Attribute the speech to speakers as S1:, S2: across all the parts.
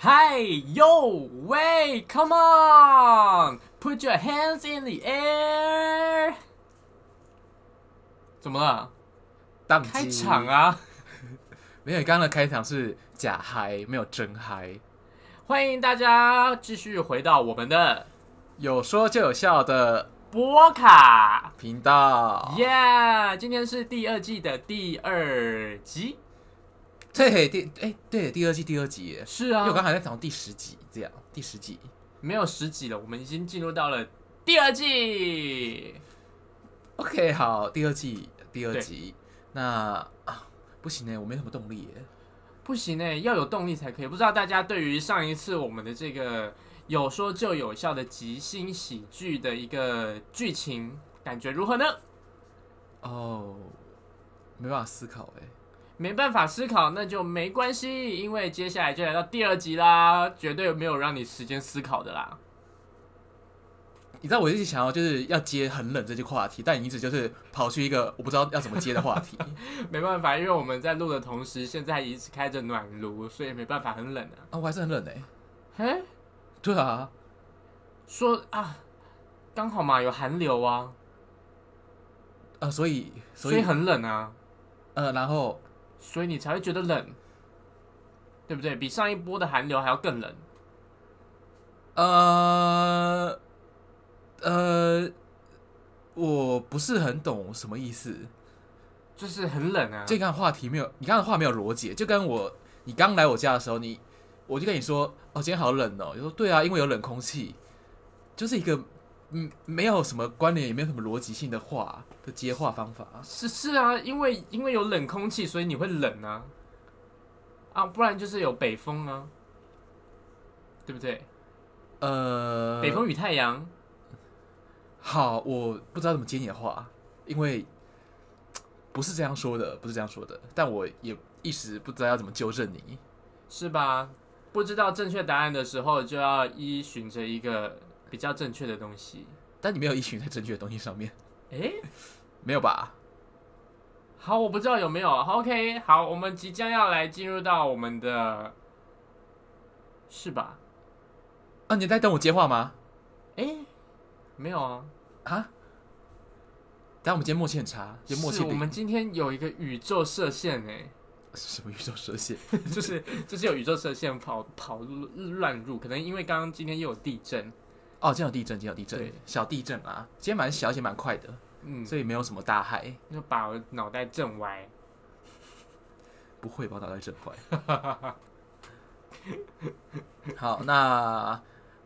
S1: Hi, yo, wait, come on, put your hands in the air。怎么了？
S2: 宕机
S1: 开场！啊！
S2: 没有，刚刚的开场是假嗨，没有真嗨。
S1: 欢迎大家继续回到我们的
S2: 有说就有笑的
S1: 波卡
S2: 频道。
S1: ，Yeah，今天是第二季的第二集。
S2: 对，第哎、对，第二季第二集耶，
S1: 是
S2: 因为我刚
S1: 啊，
S2: 才在讲第十集，这样第十集
S1: 没有十集了，我们已经进入到了第二季。
S2: OK，好，第二季第二
S1: 对
S2: 集。那啊，不行呢，我没什么动力耶。
S1: 不行呢、欸要有动力才可以。不知道大家对于上一次我们的这个有说就有笑的即兴喜剧的一个剧情感觉如何呢？
S2: 哦，没办法思考哎。
S1: 没办法思考，那就没关系，因为接下来就来到第二集啦，绝对没有让你时间思考的啦。
S2: 你知道我一直想要就是要接很冷这句话题，但你一直就是跑去一个我不知道要怎么接的话题。啊
S1: 没办法，因为我们在录的同时，现在一直开着暖炉，所以没办法，很冷啊。
S2: 啊，我还是很冷哎。
S1: 嘿，
S2: 对啊，
S1: 说啊，刚好嘛，有寒流啊，
S2: 呃，所以
S1: 所以很冷啊。
S2: 呃，然后
S1: 所以你才会觉得冷，对不对？比上一波的寒流还要更冷。
S2: 呃呃，我不是很懂什么意思。
S1: 就是很冷啊。
S2: 这个话题没有，你刚刚的话没有逻辑，就跟我你刚来我家的时候，你我就跟你说，哦，今天好冷哦。你说对啊，因为有冷空气，就是一个嗯，没有什么关联，也没有什么逻辑性的话的接话方法。
S1: 是是啊，因为因为有冷空气，所以你会冷啊，啊，不然就是有北风啊，对不对？
S2: 呃，
S1: 北风与太阳，
S2: 好，我不知道怎么接你的话，因为不是这样说的，不是这样说的，但我也一时不知道要怎么纠正你。
S1: 是吧？不知道正确答案的时候，就要依循着一个比较正确的东西。
S2: 但你没有依循在正确的东西上面，
S1: 诶，
S2: 没有吧？
S1: 好，我不知道有没有。好 OK，好，我们即将要来进入到我们的，是吧？
S2: 啊，你在等我接话吗？
S1: 诶，没有啊。
S2: 啊？但我们今天默契很差，就默契
S1: 是
S2: 零
S1: 我们今天有一个宇宙射线诶。
S2: 什么宇宙蛇蝎？
S1: 就是就是有宇宙射线跑跑入乱入，可能因为刚刚今天又有地震，
S2: 哦，今天有地震，今天有地震
S1: 对，
S2: 小地震啊，今天蛮小，而且蛮快的，
S1: 嗯，
S2: 所以没有什么大害，
S1: 就把我脑袋震歪。
S2: 不会把我脑袋震 坏。好，那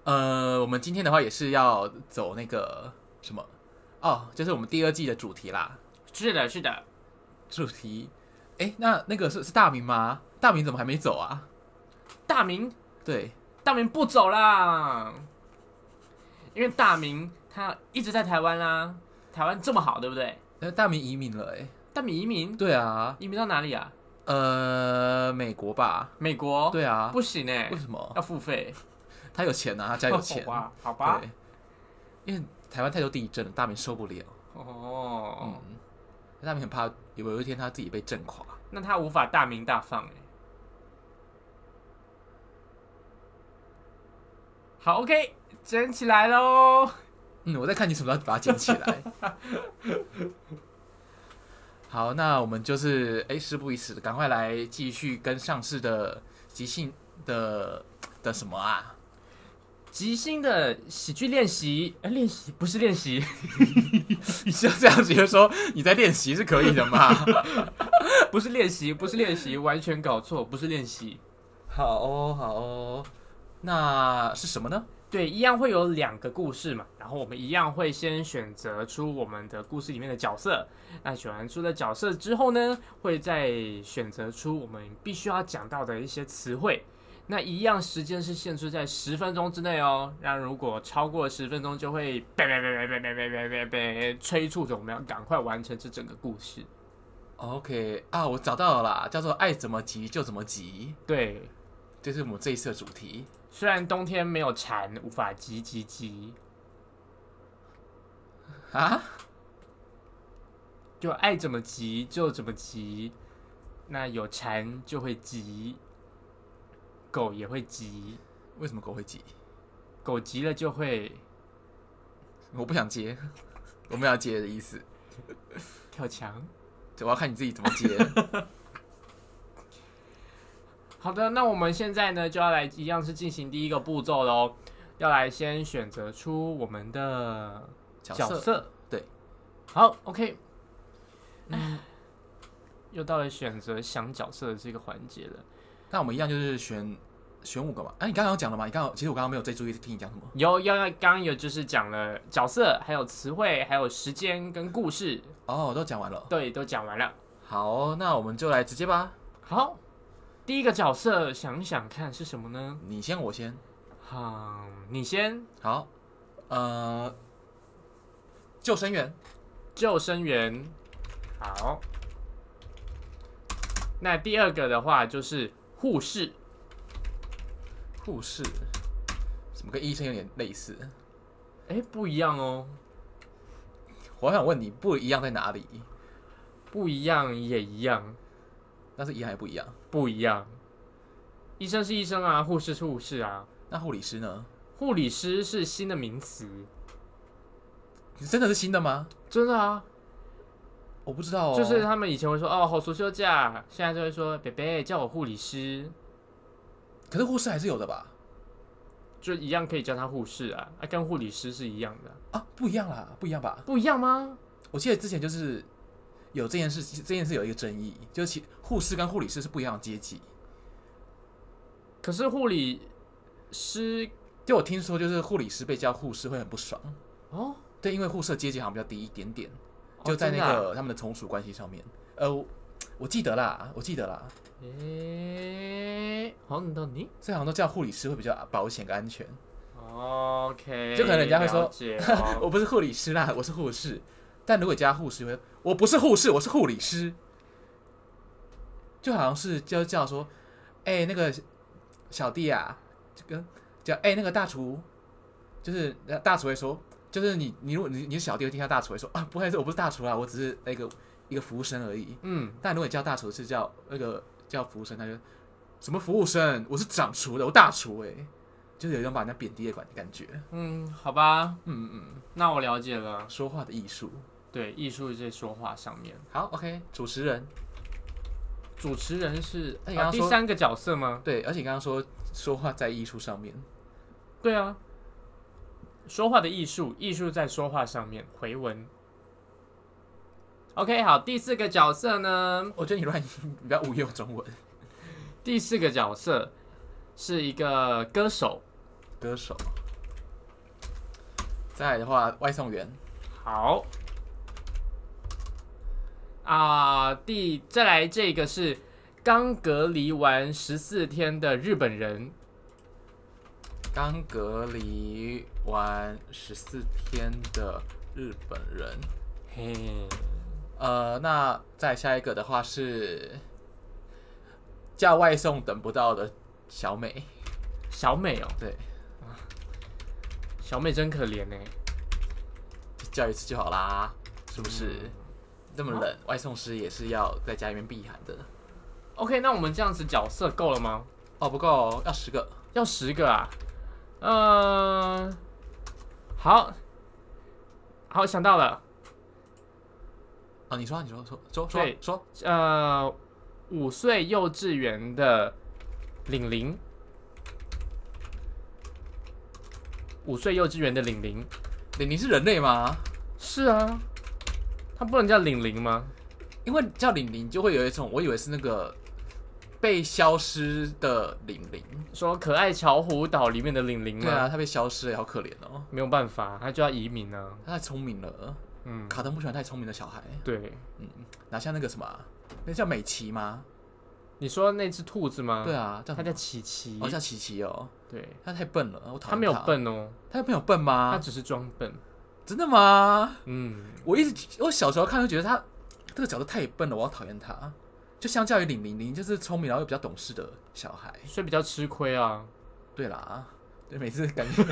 S2: 呃，我们今天的话也是要走那个什么哦，就是我们第二季的主题啦。
S1: 是的，是的，
S2: 主题，哎，那那个是是大明吗？大明怎么还没走啊？
S1: 大明
S2: 对，
S1: 大明不走啦，因为大明他一直在台湾啦，台湾这么好，对不对？
S2: 那大明移民了哎、诶
S1: 大明移民
S2: 对啊，
S1: 移民到哪里啊？
S2: 呃，美国吧？
S1: 美国？
S2: 对啊，
S1: 不行哎、
S2: 为什么？
S1: 要付费，
S2: 他有钱啊，他家 有钱。
S1: 好吧？好吧，
S2: 对，因为台湾太多地震了，大明受不了。
S1: 哦，
S2: 嗯，大明很怕有有一天他自己被震垮。
S1: 那他无法大名大放哎、好，OK，捡起来喽。
S2: 嗯，我在看你什么时候把它捡起来。 好，那我们就是哎，事不宜迟，赶快来继续跟上次的即兴的的什么啊？
S1: 即兴的喜剧练习，哎、练习不是练习，
S2: 你是要这样直接说你在练习是可以的吗？
S1: 不是练习，不是练习，完全搞错，不是练习。
S2: 好哦，好哦，那是什么呢？
S1: 对，一样会有两个故事嘛，然后我们一样会先选择出我们的故事里面的角色。那选完出的角色之后呢，会再选择出我们必须要讲到的一些词汇。那一样时间是限制在十分钟之内哦。那如果超过十分钟，就会别别别别别别别别别催促着我们要赶快完成这整个故事。
S2: OK 啊，我找到了啦，叫做“爱怎么急就怎么急
S1: 对，”，
S2: 这是我们这一次的主题。
S1: 虽然冬天没有蝉，无法急急急，
S2: 啊，
S1: 就爱怎么急就怎么急，那有蝉就会急，狗也会急，
S2: 为什么狗会急？
S1: 狗急了就会
S2: 我不想接，我没有要接的意思，
S1: 跳墙。
S2: 我要看你自己怎么接。
S1: 好的，那我们现在呢就要来一样是进行第一个步骤喽，要来先选择出我们的
S2: 角
S1: 角
S2: 色
S1: 色。
S2: 对，
S1: 好，OK。又到了选择想角色的这个环节了。
S2: 那我们一样就是选选五个嘛。哎、你刚刚有讲了嘛？你刚刚其实我刚刚没有再注意听你讲什么。
S1: 有，要要，刚刚有就是讲了角色，还有词汇，还有时间跟故事，
S2: 哦，我都讲完了。
S1: 对，都讲完了。
S2: 好，哦那我们就来直接吧。
S1: 好，第一个角色想想看是什么呢？
S2: 你先，我先。
S1: 好，你先，
S2: 好，呃，救生员，
S1: 救生员。好，那第二个的话就是护士，
S2: 护士，怎么跟医生有点类似？
S1: 哎，不一样哦，
S2: 我想问你，不一样在哪里？
S1: 不一样也一样，
S2: 但是一样还不一样。
S1: 不一样。医生是医生啊，护士是护士啊，
S2: 那护理师呢？
S1: 护理师是新的名词，
S2: 你真的是新的吗？
S1: 真的啊，
S2: 我不知道哦。
S1: 就是他们以前会说哦好暑休假，现在就会说北北叫我护理师，
S2: 可是护士还是有的吧？
S1: 就一样可以叫他护士啊，啊跟护理师是一样的啊，
S2: 啊，不一样啦，不一样吧？
S1: 不一样吗？
S2: 我记得之前就是有这件事，这件事有一个争议，就是其护士跟护理师是不一样的阶级。
S1: 可是护理师
S2: 就我听说，就是护理师被叫护士会很不爽，
S1: 哦，
S2: 对，因为护士的阶级好像比较低一点点，
S1: 哦
S2: 就在那
S1: 真的啊
S2: 个、他们的从属关系上面。呃，我我记得啦，我记得啦，
S1: 啊诶，好，你到你
S2: 这好像都叫护理师会比较保险跟安全。
S1: ，OK，
S2: 就可能人家会说
S1: 了解哦，
S2: 我不是护理师啦，我是护士。但如果加护士，会我不是护士，我是护理师，就好像是就叫说，哎、那个小弟啊，这个叫哎、那个大厨，就是呃大厨会说，就是你你如果你你是小弟会听到大厨会说啊，不好意思，我不是大厨啊，我只是那个一个服务生而已。
S1: 嗯，
S2: 但如果你叫大厨是叫那个叫服务生，他就什么服务生，我是掌厨的，我大厨哎、就是有一种把人家贬低的感感觉。
S1: 嗯，好吧，
S2: 嗯嗯
S1: 那我了解了
S2: 嗯，。说话的艺术。
S1: 对，艺术这说话上面，
S2: 好，OK，主持人，
S1: 主持人是、
S2: 那你
S1: 啊
S2: 刚刚
S1: 第
S2: 说
S1: 三个角色吗？
S2: 对，而且你刚刚说说话在艺术上面，
S1: 对啊，说话的艺术，艺术在说话上面，回文。OK，好，第四个角色呢？
S2: 我觉得你乱， 你不要误用中文。
S1: 第四个角色是一个歌手。
S2: 歌手，再来的话，外送员，
S1: 好，啊、第再来这个是刚隔离完十四天的日本人。
S2: 刚隔离完十四天的日本人。
S1: 嘿，
S2: 呃，那再下一个的话是叫外送等不到的小美，
S1: 小美哦，
S2: 对，
S1: 小美真可怜呢。
S2: 叫一次就好啦，是不是？
S1: 嗯
S2: 这么冷，外送师也是要在家里面避寒的。
S1: OK，那我们这样子角色够了吗？
S2: 哦，不够哦，要十个。
S1: 要十个啊？嗯、好，好想到了，
S2: 啊，你说啊，你说，说说
S1: 对
S2: 说说，啊
S1: 呃，五岁幼稚园的玲玲，五岁幼稚园的玲玲，
S2: 玲玲是人类吗？
S1: 是啊，她不能叫玲玲吗？
S2: 因为叫玲玲就会有一种，我以为是那个被消失的玲玲。
S1: 说可爱巧虎岛里面的玲玲吗？
S2: 对啊，她被消失了，好可怜哦。
S1: 没有办法，她就要移民啊。
S2: 她太聪明了，
S1: 嗯，
S2: 卡通不喜欢太聪明的小孩，
S1: 对，
S2: 哪像那个什么啊，那叫美琪吗？
S1: 你说那只兔子吗？
S2: 对，啊，叫
S1: 它
S2: 什
S1: 嗯叫
S2: 么？
S1: 琪琪。
S2: 哦，叫琪琪哦，
S1: 对，
S2: 她太笨了，我讨厌
S1: 它没有，笨哦。
S2: 她没有笨
S1: 他
S2: 吗？
S1: 只是装笨。
S2: 真的吗？
S1: 嗯，
S2: 我一直我小时候看就觉得她这个角色太笨了，我好讨厌她。就相较于玲玲，玲玲就是聪明然后又比较懂事的小孩。
S1: 所以比较吃亏啊。
S2: 对啦，对，每次感觉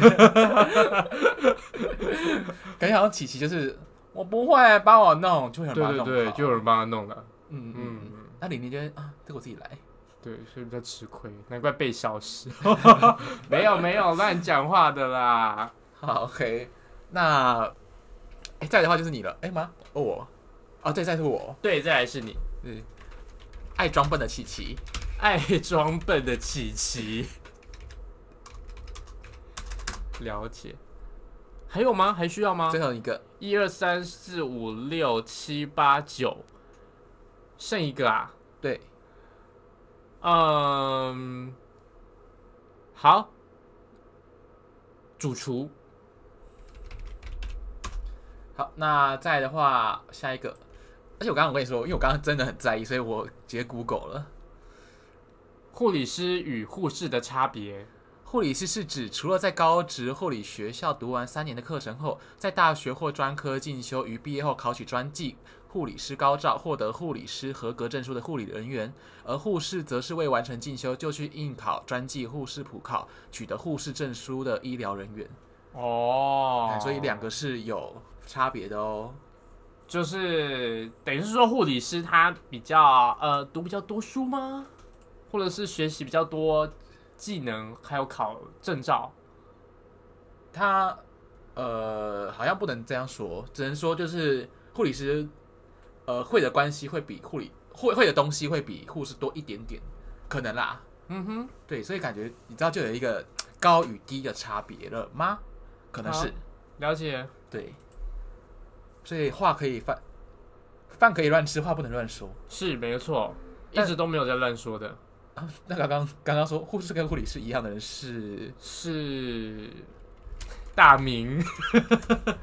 S2: 感觉好像琪琪就是我不会帮我弄，就会有
S1: 对
S2: 人帮他
S1: 对
S2: 弄
S1: 对，
S2: 好
S1: 就有人帮他弄了。
S2: 嗯嗯，
S1: 嗯，
S2: 那玲玲就会啊，这个我自己来，
S1: 对对，所以比较吃亏，难怪被消失。 没有没有，乱讲话的啦。
S2: 好，OK，那哎、再来的话就是你了，哎、妈，哦我，哦对，再是我，
S1: 对，再来是你，
S2: 嗯，爱装笨的琪琪，
S1: 爱装笨的琪琪。了解。还有吗？还需要吗？
S2: 最后一个
S1: 一二三四五六七八九，剩一个啊。
S2: 对，
S1: 嗯，好，主厨
S2: 好，那再来的话下一个，而且我刚刚我跟你说，因为我刚刚真的很在意，所以我直接 Google 了。
S1: 护理师与护士的差别。
S2: 护理师是指除了在高职护理学校读完三年的课程后，在大学或专科进修于毕业后考取专技护理师高照，获得护理师合格证书的护理人员；而护士则是未完成进修就去应考专技护士普考，取得护士证书的医疗人员。
S1: 哦
S2: 哎所以两个是有差别的哦。
S1: 就是等于是说护理师他比较呃读比较多书吗？或者是学习比较多技能，还有考证照？
S2: 他呃，好像不能这样说，只能说就是护理师呃会的关系会比护理会会的东西会比护士多一点点，可能啦。
S1: 嗯哼，
S2: 对，所以感觉你知道就有一个高与低的差别了吗？可能是
S1: 好了解。
S2: 对，所以话可以饭饭可以乱吃，话不能乱说。
S1: 是没错，一
S2: 但
S1: 直都没有在乱说的，
S2: 啊那刚刚刚刚说护士跟护理师一样的人是
S1: 是大明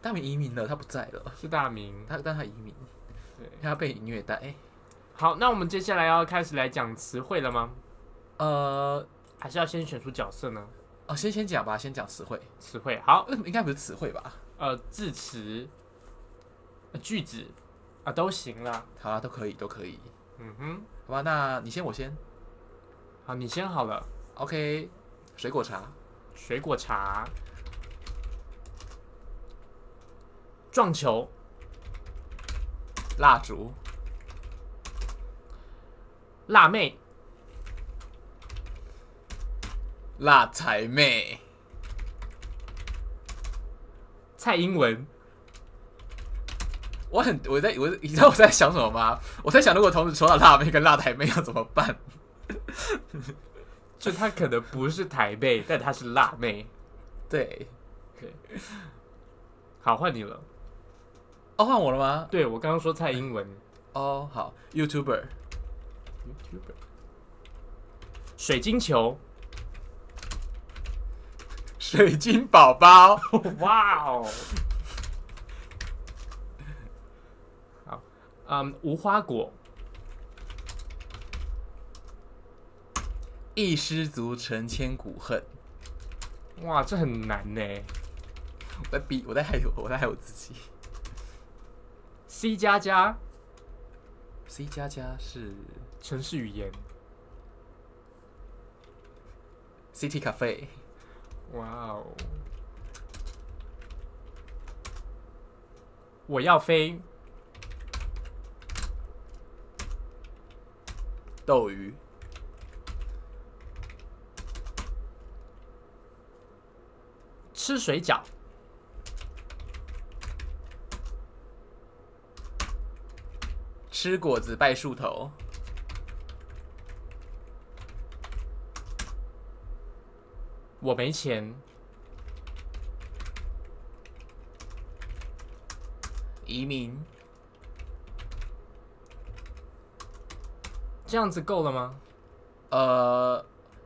S2: 大明移民了，他不在了，
S1: 是大明。
S2: 他但他移民，
S1: 对，
S2: 他被虐待。
S1: 好，那我们接下来要开始来讲词汇了吗？
S2: 呃，
S1: 还是要先选出角色呢？
S2: 哦，先先讲吧，先讲词汇，
S1: 词汇好，
S2: 呃应该不是词汇吧？
S1: 呃，字词、呃句子啊、都行啦。
S2: 好啦，都可以，都可以，
S1: 嗯哼，
S2: 好吧？那你先，我先。
S1: 好，你先好了。
S2: OK，水果茶，
S1: 水果茶，啊撞球，
S2: 蜡烛，
S1: 辣妹，
S2: 辣财妹，
S1: 蔡英文，
S2: 我很我在我你知道我在想什么吗？我在想，如果同时抽到辣妹跟辣台妹要怎么办？
S1: 就她可能不是台妹，但她是辣妹。
S2: 对，
S1: 好，换你了。
S2: 哦，换我了吗？
S1: 对我刚刚说蔡英文
S2: 哦，好，YouTuber，
S1: 水晶球，
S2: 水晶宝宝，
S1: 哇哦！好，嗯，无花果，
S2: 一失足成千古恨。
S1: 哇，这很难呢。
S2: 我在逼，我在害我，我在害我自己。
S1: C 加加
S2: C 加加是
S1: 城市语言，
S2: City Cafe，
S1: 哇哦！我要飞，
S2: 斗鱼，
S1: 吃水饺，
S2: 吃果子拜树头，
S1: 我没钱，
S2: 移民，
S1: 这样子够了吗？
S2: 呃，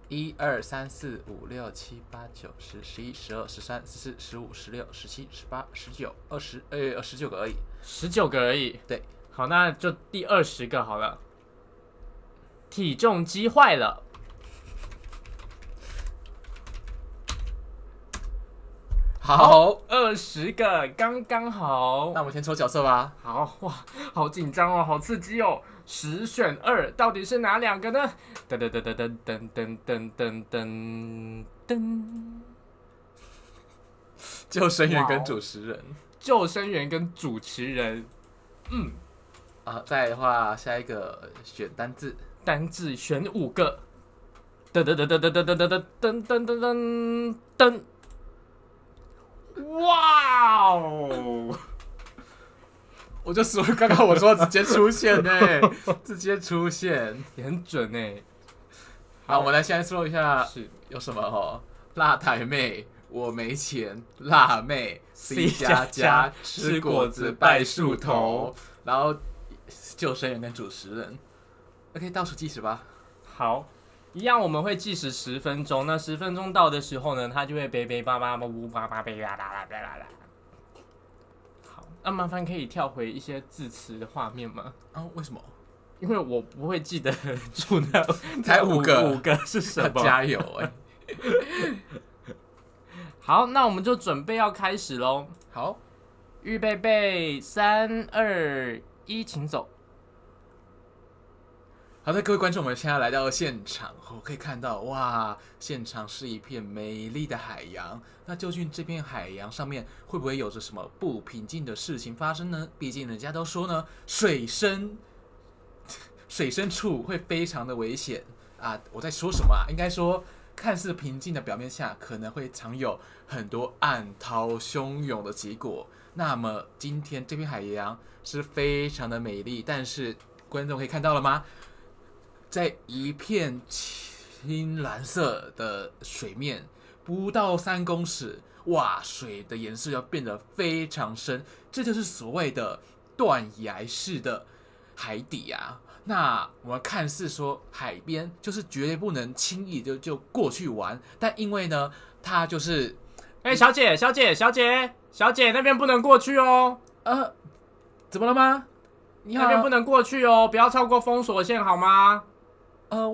S2: 一二三四五六七八九十十一十二十三十四十五十六十七十八十九二十，呃，十九个而已。
S1: 十九个而已。
S2: 对，
S1: 好，那就第二十个好了。体重机坏了，
S2: 好，
S1: 哦二十个刚刚好
S2: 那。我们先抽角色吧。
S1: 好哇，好紧张哦，好刺激哦！十选二，到底是哪两个呢？噔噔噔噔噔噔噔噔噔噔，
S2: 救生员
S1: 哇
S2: 跟
S1: 哦
S2: 主持人
S1: 救生员跟主持人
S2: 啊。再来的话，下一个选单字，
S1: 单字选五个。噔噔噔噔噔噔噔噔噔噔噔噔噔！哇哦！
S2: 我就说刚刚我说直接出现呢、直接出现。
S1: 也很准哎、
S2: 好，我们来先说一下
S1: 是
S2: 有什么哦，辣台妹，我没钱，辣妹
S1: C
S2: 加
S1: 加
S2: 吃
S1: 吃
S2: 果
S1: 果
S2: 子
S1: 子
S2: 拜
S1: 拜
S2: 树
S1: 树
S2: 头
S1: 头，
S2: 然后救生员跟主持人。OK，倒数计时吧。
S1: 好，一样我们会计时十分钟。那十分钟到的时候呢，它就会贝贝叭叭叭呜叭叭贝啦啦啦啦啦啦。好，那麻烦可以跳回一些字词的画面吗？
S2: 啊、为什么？
S1: 因为我不会记得住那
S2: 才五个
S1: 五个是 什么？
S2: 加油哎、
S1: 好，那我们就准备要开始喽，
S2: 好，
S1: 预备备，三二一，请走。
S2: 好的，各位观众，我们现在来到现场，我可以看到，哇，现场是一片美丽的海洋。那究竟这片海洋上面会不会有着什么不平静的事情发生呢？毕竟人家都说呢，水深 水深处会非常的危险啊！我在说什么啊？应该说，看似平静的表面下，可能会藏有很多暗涛汹涌的结果。那么今天这片海洋是非常的美丽，但是观众可以看到了吗？在一片青蓝色的水面，不到三公尺，哇，水的颜色要变得非常深，这就是所谓的断崖式的海底啊。那我们看似说海边就是绝对不能轻易就就过去玩，但因为呢，它就是
S1: 哎、小姐，小姐，小姐，小姐，那边不能过去哦，
S2: 呃，怎么了吗？你
S1: 那边不
S2: 好，
S1: 能过去哦，不要超过封锁线好吗？
S2: 呃，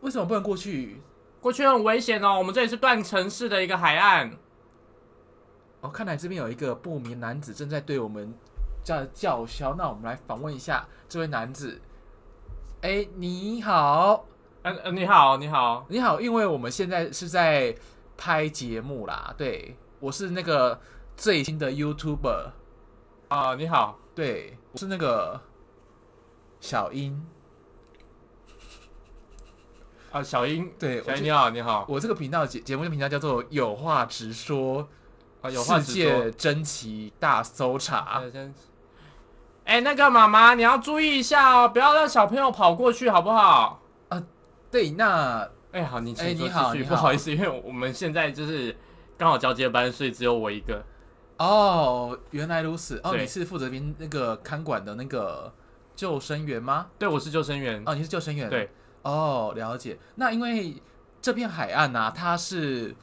S2: 为什么不能过去？
S1: 过去很危险哦，我们这里是断层式的一个海岸。
S2: 哦，看来这边有一个不明男子正在对我们叫叫嚣，那我们来访问一下这位男子。哎，你好，
S1: 嗯、呃，你好，你好，
S2: 你好，因为我们现在是在拍节目啦，对，我是那个最新的 YouTuber，
S1: 啊、你好，
S2: 对，我是那个小英，
S1: 啊、小英，
S2: 对，我
S1: 小英
S2: 这
S1: 你好，你好，
S2: 我这个频道节节目的频道叫做有话直说，
S1: 啊，有话
S2: 世
S1: 直说。
S2: 界珍奇大搜查。
S1: 呃先哎、那个妈妈，你要注意一下哦，不要让小朋友跑过去，好不好？
S2: 对，那
S1: 哎、好，你请
S2: 哎
S1: 说
S2: 你好
S1: 继续
S2: 你
S1: 不
S2: 好
S1: 好意思，因 为我们现在就是刚好交接班，所以只有我一个。
S2: 哦，原来如此。哦，
S1: 对
S2: 你是负责边那个看管的那个救生员吗？
S1: 对，我是救生员。
S2: 哦，你是救生员。
S1: 对。
S2: 哦，了解。那因为这片海岸呐、它是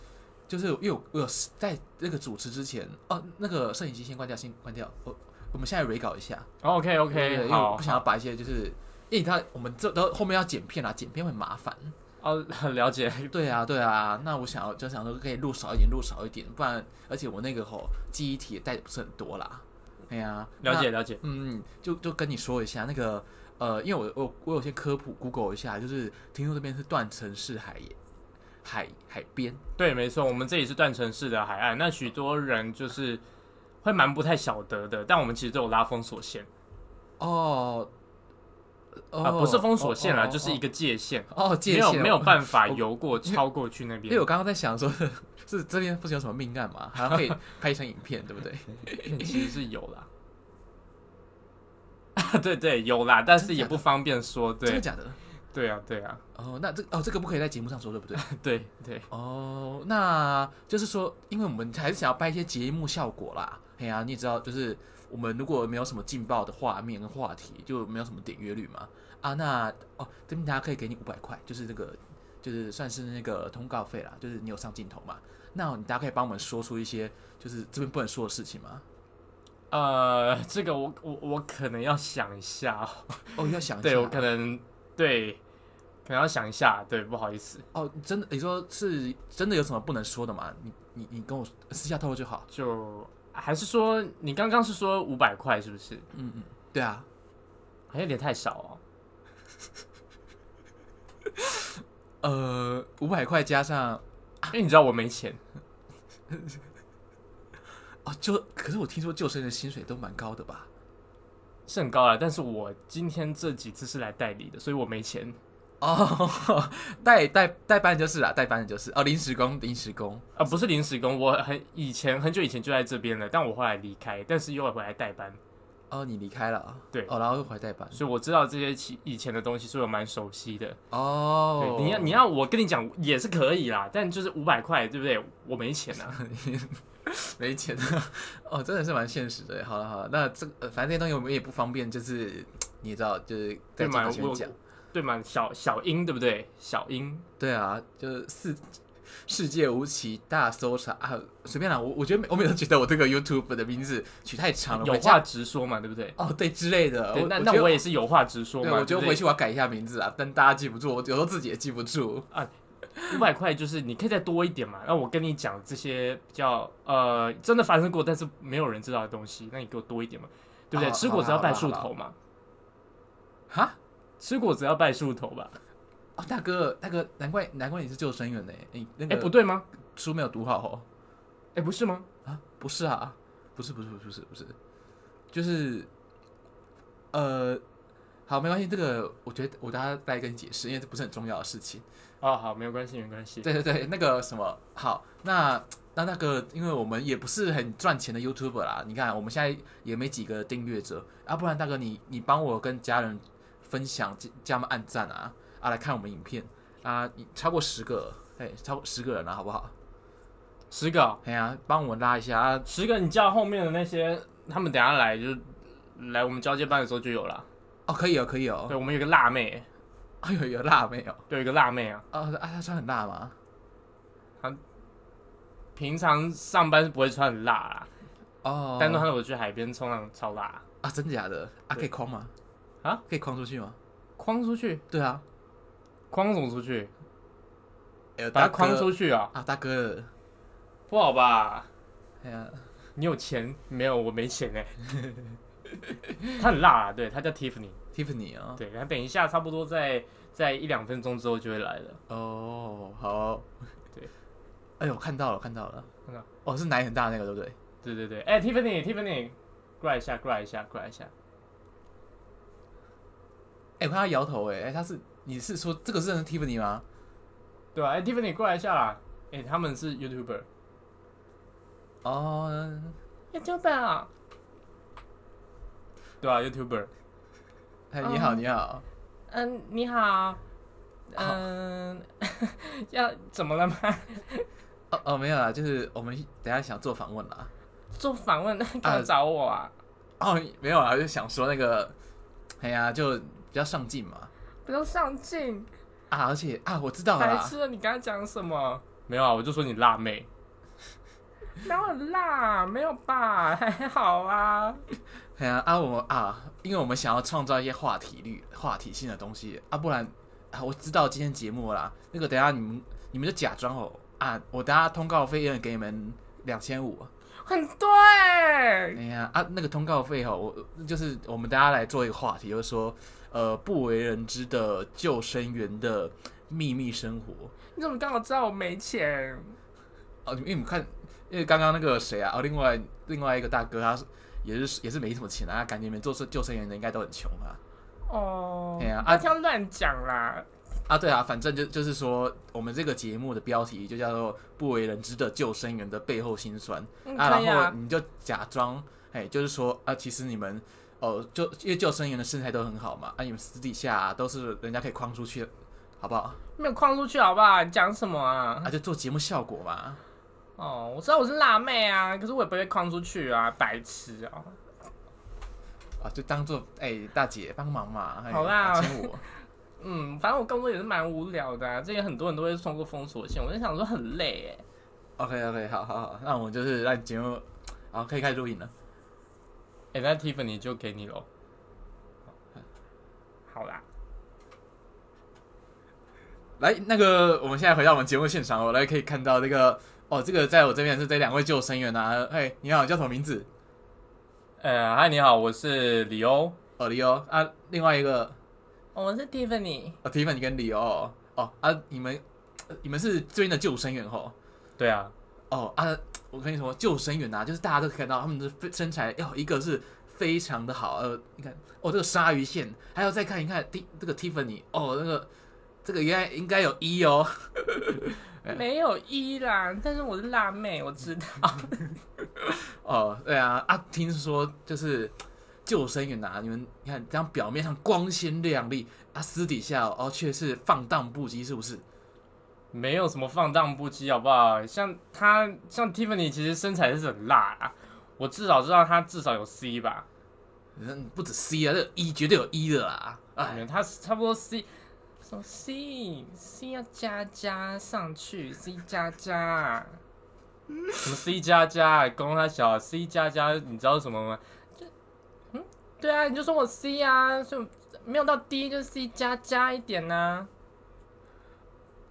S2: 就是因为我我有在那个主持之前，哦，那个摄影机先关掉，先关掉。我我们现在 re 搞一下。
S1: OK
S2: 对对对
S1: OK，
S2: 因为我
S1: 哦哎好
S2: 不，想要把一些就是。因为它我们这都后面要剪片啦、啊剪片会麻烦。
S1: 哦，了解。
S2: 对啊，对啊。那我想要就想说可以录少一点，录少一点，不然而且我那个吼记忆体也带的不是很多啦。哎呀、那
S1: 了解了解，
S2: 嗯，就就跟你说一下那个，呃，因为我我我有些科普 Google 一下，就是听说这边是断层式海海海边，
S1: 对，没错，我们这里是断层式的海岸，那许多人就是会蛮不太晓得的，但我们其实都有拉封锁线
S2: 哦，哦、
S1: 啊、不是封锁线啦，
S2: 哦
S1: 就是一个界限，
S2: 哦哦界
S1: 没有
S2: 限
S1: 没有
S2: 哦
S1: 办法游过超过去那
S2: 因为
S1: 边
S2: 我，刚刚在想说， 是这边附近有什么命案嘛？好像可以拍成影片，对不对？
S1: 其实是有 啦。啊，对对，有啦，但是也不方便说，
S2: 真的
S1: 对
S2: 假的？
S1: 对啊，对啊，
S2: 哦，那这哦这个不可以在节目上说，对不对？
S1: 对对，
S2: 哦，那就是说，因为我们还是想要拍一些节目效果啦。哎呀、你也知道，就是我们如果没有什么劲爆的画面跟话题，就没有什么点阅率嘛。啊，那哦，这边大家可以给你五百块，就是这个，就是算是那个通告费啦，就是你有上镜头嘛。那你大家可以帮我们说出一些，就是这边不能说的事情吗？
S1: 呃，这个我我我可能要想一下哦，
S2: 哦，要想一下。
S1: 对我可能对，可能要想一下，对，不好意思，
S2: 哦，真的，你说是真的有什么不能说的吗？你你你跟我私下透露就好。
S1: 就还是说你刚刚是说五百块是不是？
S2: 嗯嗯，对啊，
S1: 好像有点太少哦。
S2: 呃，五百块加上
S1: 因为你知道我没钱，
S2: 哦，就可是我听说救生员的薪水都蛮高的吧？
S1: 是很高啊，但是我今天这几次是来代理的，所以我没钱。
S2: 哦，代代代班就是啦，代班就是哦，临时工，临时工。
S1: 啊，不是临时工，我很以前很久以前就在这边了，但我后来离开，但是又回来代班，
S2: 哦，你离开了啊？
S1: 对
S2: 哦，然后又回来代班。
S1: 所以我知道这些其以前的东西，所以我蛮熟悉的。
S2: 哦，
S1: 对，你要你要我跟你讲也是可以啦，但就是五百块，对不对？我没钱啊。
S2: 没钱哦，真的是蛮现实的。好了好了，那这个、呃反正这些东西我们也不方便，就是你也知道，就是在
S1: 对嘛
S2: 节目
S1: 我
S2: 讲。
S1: 对嘛，小小英对不对？小英，
S2: 对啊，就是世世界无奇大搜查啊，随便啦。我我觉得我每次觉得我这个 YouTube 的名字取太长了，
S1: 有
S2: 我
S1: 话直说嘛，对不对？
S2: 哦对之类的。
S1: 对，
S2: 我
S1: 那
S2: 觉
S1: 那
S2: 得
S1: 我也是有话直说
S2: 对，
S1: 嘛。
S2: 我觉
S1: 对
S2: 得
S1: 不
S2: 回
S1: 对
S2: 去我要改一下名字啊，但大家记不住，我有时候自己也记不住。
S1: 五百块就是你可以再多一点嘛。那我跟你讲这些比较呃真的发生过，但是没有人知道的东西，那你给我多一点嘛，对不对？
S2: 哦
S1: 吃果子
S2: 好啦
S1: 要拜
S2: 好
S1: 树
S2: 啦好啦
S1: 头嘛，
S2: 哈，
S1: 吃果子要拜树头吧？
S2: 哦大哥大哥，难怪难怪你是救生员呢，你那
S1: 哎，不
S2: 个
S1: 对吗？
S2: 书没有读好哦。
S1: 哎，不是吗？
S2: 啊，不是啊，不是不是不是不是不是，就是，呃，好，没关系，这个我觉得我大家再跟你解释，因为这不是很重要的事情。
S1: 哦，好，没有关系，没关系。
S2: 对对对，那个什么，好，那那那个，因为我们也不是很赚钱的 YouTuber 啦，你看我们现在也没几个订阅者，啊，不然大哥你你帮我跟家人分享，叫叫他们按赞啊啊来看我们影片啊，你超过十个，哎，超过十个人了、好不好？
S1: 十个哦，
S2: 哎呀、帮我们拉一下啊，
S1: 十个，你叫后面的那些，他们等下来就来我们交接班的时候就有了。
S2: 哦，可以哦，可以哦，
S1: 对，我们有个辣妹，
S2: 哎呦，有辣妹哦。
S1: 对，有一个辣妹啊，
S2: 啊啊，他穿很辣吗？
S1: 平常上班是不会穿很辣啦，
S2: 哦
S1: 但是她我去海边冲浪超辣，
S2: 啊，真的假的？啊，可以框吗？
S1: 啊，
S2: 可以框出去吗？
S1: 框出去，
S2: 对啊，
S1: 框怎么出去？
S2: 哎呦
S1: 把它
S2: 大哥
S1: 框出去啊，
S2: 啊，大哥，
S1: 不好吧？
S2: 哎呀，
S1: 你有钱没有？我没钱 哎、她很辣啊，对，她叫 Tiffany，
S2: ，Tiffany 啊，
S1: 对，她等一下差不多在在一两分钟之后就会来了。
S2: 哦，好，
S1: 对，
S2: 哎呦，看到了，看到了
S1: 看到，
S2: 哦，是奶很大那个，对不对？
S1: 对对对，哎、t i f f a n y Tiffany，过来一下，过来一下，过来一下。
S2: 哎，我看他摇头，哎，哎，他是，你是说这个是真的 Tiffany 吗？
S1: 对啊，哎、t i f f a n y 过来一下啦。哎、他们是 YouTuber。
S2: 哦，
S1: YouTuber。对啊，YouTuber。
S2: 哎，你好，
S1: 嗯
S2: 你好，
S1: 嗯，你好。嗯， 要怎么了吗？
S2: 哦哦，没有啦，就是我们等一下想做访问啦。
S1: 做访问，
S2: 嘛
S1: 刚找我啊？
S2: 哦，没有啦，就想说那个，哎呀，就比较上进嘛。
S1: 不要上镜，
S2: 啊，而且啊，我知道了
S1: 白
S2: 啦，
S1: 痴！你刚才讲什么？没有啊，我就说你辣妹。 哪有辣？没有吧？还好啊。
S2: 哎呀啊，我们啊，因为我们想要创造一些话题率、话题性的东西啊，不然啊，我知道今天节目啦，那个等一下你们你们就假装哦啊，我等一下通告费一人给你们两千五，
S1: 很欸对。
S2: 哎呀啊，那个通告费哦，我就是我们大家来做一个话题，就是说呃不为人知的救生员的秘密生活
S1: 你怎么刚好知道我没钱？
S2: 哦，因为你们看，因为刚刚那个谁啊，哦，另外另外一个大哥他是也是也是没什么钱啊，感觉你们做救生员的应该都很穷啊。
S1: 哦，
S2: 哎呀啊
S1: 啊，不要乱讲啦。
S2: 啊，对啊，反正就就是说，我们这个节目的标题就叫做“不为人知的救生员的背后辛酸”
S1: 嗯
S2: 啊，
S1: 可以
S2: 然后
S1: 啊，
S2: 你就假装，哎，就是说啊，其实你们哦，就因为救生员的身材都很好嘛，啊，你们私底下、都是人家可以框出去，好不好？
S1: 没有框出去好不好？你讲什么啊
S2: 啊，？就做节目效果嘛。
S1: 哦，我知道我是辣妹啊，可是我也不会框出去啊，白痴哦、
S2: 啊，就当做哎，大姐帮忙嘛，哎
S1: 好啦
S2: 请我。
S1: 嗯，反正我工作也是蛮无聊的、啊，这也很多人都会通过封锁线，我就想说很累哎。
S2: OK OK，好好好，那我们就是让节目，好，可以开始录影了。
S1: 哎、那 Tiffany 就给你喽。好啦，
S2: 来，那个我们现在回到我们节目现场哦，我来可以看到这个哦，这个在我这边是这两位救生员啊，嘿，你好，叫什么名字？
S1: 呃，嗨，你好，我是李欧，
S2: 哦，李欧啊，另外一个
S1: 我是 Tiffany。
S2: 哦，Tiffany 跟李欧哦哦啊，你们呃你们是这边的救生员吼
S1: 对啊，
S2: 哦啊，我跟你说，救生员啊，就是大家都可以看到他们的身材，要、一个是非常的好。呃，你看，哦，这个鲨鱼线，还有再看一看 T 这个 Tiffany，哦，那个这个应该应该有一哦。
S1: 呃没有一啦，但是我是辣妹，我知道。
S2: 哦，对啊，啊，听说就是救生员啊，你们你看这样表面上光鲜亮丽，啊，私底下哦却是放荡不羁，是不是？
S1: 没有什么放荡不羁，好不好？像她，像 Tiffany，其实身材是很辣啊。我至少知道她至少有 C 吧，
S2: 嗯，不止 C 啊，这个一、绝对有一、的啦。哎，
S1: 哎，她差不多 C，什么 C C 要加加上去，C 加加，什么 C 加加，公他小 C 加加，你知道是什么吗？就嗯，对啊，你就说我 C 啊，就没有到 D 就是 C 加加一点啊呢、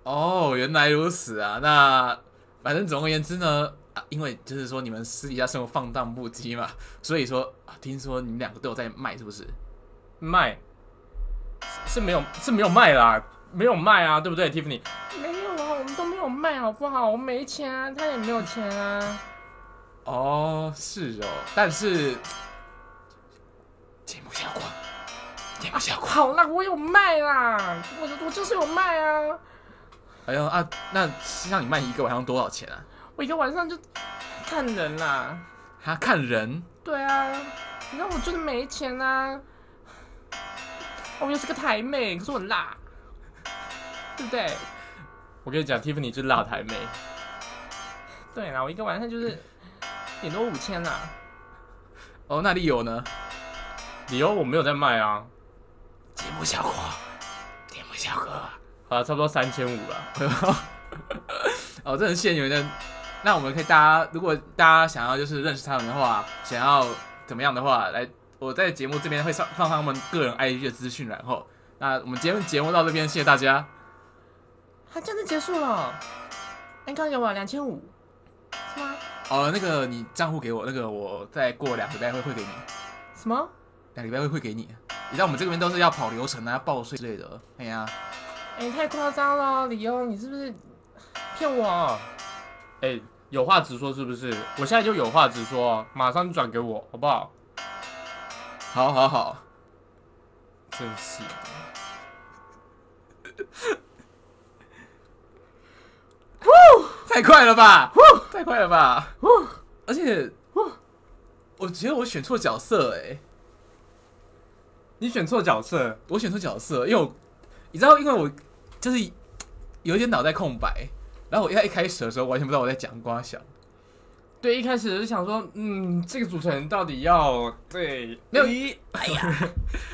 S2: 哦，原来如此啊！那反正总而言之呢，啊，因为就是说你们私底下生活放荡不羁嘛，所以说啊，听说你们两个都有在卖，是不是？
S1: 卖是是没有是没有卖啦，没有卖啊，对不对，Tiffany？没有啊，我们都没有卖，好不好？我没钱啊，他也没有钱啊。
S2: 哦，是哦，但是节目效果，节目效果，
S1: 好啦，我有卖啦，我我就是有卖啊，
S2: 哎呦啊，那像你卖一个晚上多少钱啊？
S1: 我一个晚上就看人啦。
S2: 还、看人
S1: 对啊，你看我就是没钱啊。哦我又是个台妹，可是我很辣，对不对？我跟你讲，Tiffany 就是辣台妹。对啦，我一个晚上就是顶多五千啦。
S2: 哦，那里有呢？
S1: 理由我没有在卖啊，
S2: 节目效果，节目效果。
S1: 好了，差不多三千五了。
S2: 哦，这很现有的。那我们可以大家，如果大家想要就是认识他们的话，想要怎么样的话，来，我在节目这边会上放上他们个人 IG 的资讯，然后，那我们今天节目到这边，谢谢大家。
S1: 他这样就结束了？你刚有我啊两千五，是吗？
S2: 哦，那个你账户给我，那个我再过两个礼拜会汇给你，
S1: 什么？
S2: 两个礼拜会汇给你。你知道我们这边都是要跑流程啊、报税之类的。哎呀，
S1: 哎、太夸张了，理由你是不是骗我？哎、有话直说是不是？我现在就有话直说，啊马上转给我好不好？
S2: 好好好，
S1: 真是。
S2: 太快了吧，太快了吧，而且，我觉得我选错角色哎、
S1: 你选错角色，
S2: 我选错角色，因为我你知道，因为我就是有一点脑袋空白，然后我一开始的时候完全不知道我在讲瓜小，
S1: 对，一开始就想说，嗯，这个主持人到底要对
S2: 没有
S1: 一